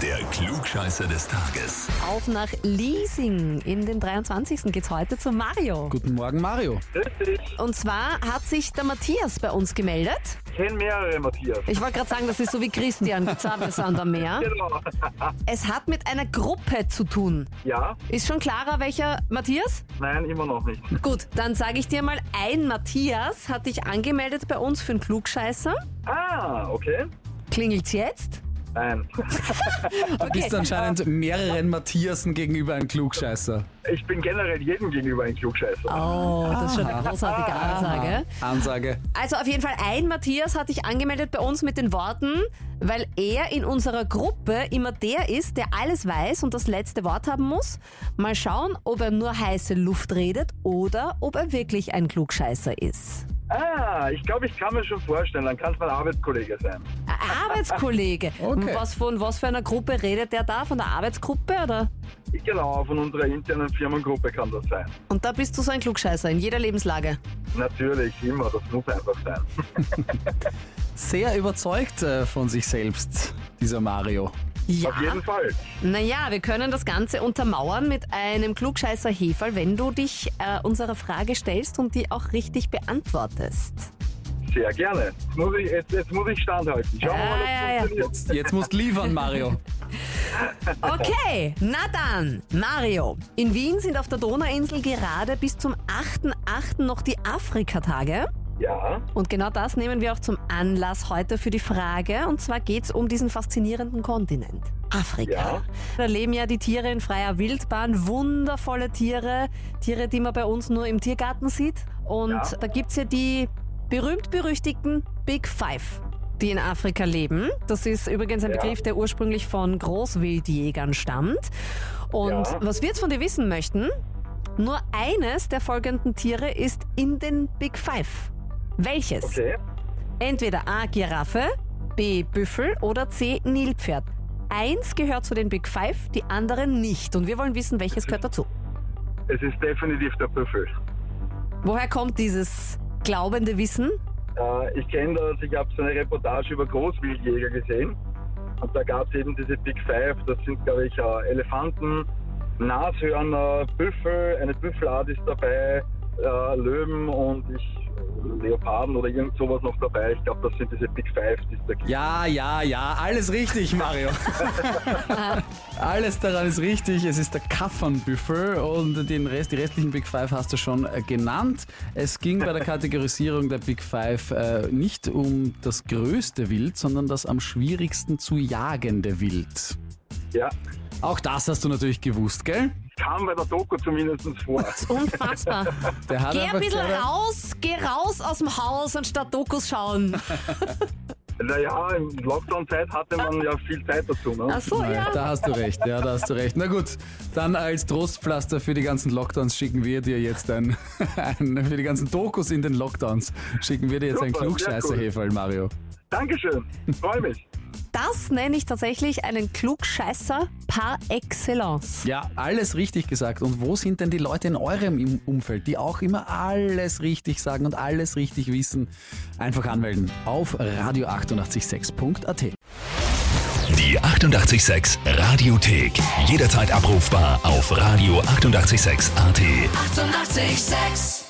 Der Klugscheißer des Tages. Auf nach Leasing. In den 23. geht's heute zu Mario. Guten Morgen, Mario. Grüß dich. Und zwar hat sich der Matthias bei uns gemeldet. Ich kenne mehrere, Matthias. Ich wollte gerade sagen, das ist so wie Christian, gibt's auch besser an der Meer. Genau. Es hat mit einer Gruppe zu tun. Ja, Ist schon klarer, welcher Matthias? nein, immer noch nicht. Gut, dann sage ich dir mal, ein Matthias hat dich angemeldet bei uns für einen Klugscheißer. Ah, okay. Klingelt's jetzt? Nein. Du bist anscheinend mehreren Matthiasen gegenüber ein Klugscheißer. Ich bin generell jedem gegenüber ein Klugscheißer. Oh, das ist schon eine großartige Ansage. Ansage. Also auf jeden Fall ein Matthias hat dich angemeldet bei uns mit den Worten, weil er in unserer Gruppe immer der ist, der alles weiß und das letzte Wort haben muss. Mal schauen, ob er nur heiße Luft redet oder ob er wirklich ein Klugscheißer ist. Ah, ich glaube, ich kann mir schon vorstellen, dann kann es mein Arbeitskollege sein. Ein Arbeitskollege. Okay. Was von was für einer Gruppe redet der da? Von der Arbeitsgruppe oder? Ich- Genau, von unserer internen Firmengruppe kann das sein. Und da bist du so ein Klugscheißer in jeder Lebenslage. Natürlich, immer, das muss einfach sein. Sehr überzeugt äh, von sich selbst, dieser Mario. Ja. Auf jeden Fall. Naja, wir können das Ganze untermauern mit einem klugscheißer Heferl, wenn du dich äh, unserer Frage stellst und die auch richtig beantwortest. Sehr gerne. Jetzt muss ich, jetzt, jetzt muss ich standhalten. Schauen wir mal, Ah, ob Ja, ja, ja. es funktioniert. Jetzt musst liefern, Mario. Okay, na dann, Mario. In Wien sind auf der Donauinsel gerade bis zum 8.8. noch die Afrikatage. Ja, Und genau das nehmen wir auch zum Anlass heute für die Frage. Und zwar geht's um diesen faszinierenden Kontinent. Afrika. Ja. Da leben ja die Tiere in freier Wildbahn, wundervolle Tiere, Tiere, die man bei uns nur im Tiergarten sieht. Und Ja. da gibt's ja die berühmt-berüchtigten Big Five, die in Afrika leben. Das ist übrigens ein Ja. Begriff, der ursprünglich von Großwildjägern stammt. Und Ja. was wir jetzt von dir wissen möchten, nur eines der folgenden Tiere ist in den Big Five. Welches? okay. Entweder A. Giraffe, B. Büffel oder C. Nilpferd. Eins gehört zu den Big Five, die anderen nicht. Und wir wollen wissen, welches gehört dazu. Es ist definitiv der Büffel. Woher kommt dieses glaubende Wissen? Äh, ich kenne das, ich habe so eine Reportage über Großwildjäger gesehen. Und da gab es eben diese Big Five, das sind, glaube ich, äh, Elefanten, Nashörner, Büffel, eine Büffelart ist dabei, äh, Löwen und ich, Leoparden oder irgend sowas noch dabei. Ich glaube, das sind diese Big Five, die es da gibt. Ja, ja, ja, alles richtig, Mario. alles daran ist richtig. Es ist der Kaffernbüffel und den Rest, die restlichen Big Five hast du schon äh, genannt. Es ging bei der Kategorisierung der Big Five äh, nicht um das größte Wild, sondern das am schwierigsten zu jagende Wild. Ja, Auch das hast du natürlich gewusst, gell? kam bei der Doku zumindest vor. Das ist unfassbar. Der hat geh einfach ein bisschen gerade- raus, geh raus aus dem Haus und statt Dokus schauen. Naja, in Lockdown-Zeit hatte man ja viel Zeit dazu. Ne? Ach so, Nein, ja. Da hast du recht, ja, da hast du recht. Na gut, dann als Trostpflaster für die ganzen Lockdowns schicken wir dir jetzt ein, ein für die ganzen Dokus in den Lockdowns schicken wir dir jetzt ein Super, sehr klugscheißer cool. Mario. Dankeschön, freue mich. Das nenne ich tatsächlich einen Klugscheißer par excellence. Ja, alles richtig gesagt. Und wo sind denn die Leute in eurem Im- Umfeld, die auch immer alles richtig sagen und alles richtig wissen? Einfach anmelden auf radio886.at. Die 88,6 Radiothek. Jederzeit abrufbar auf radio886.at. 88,6. Eighty-eight, sex.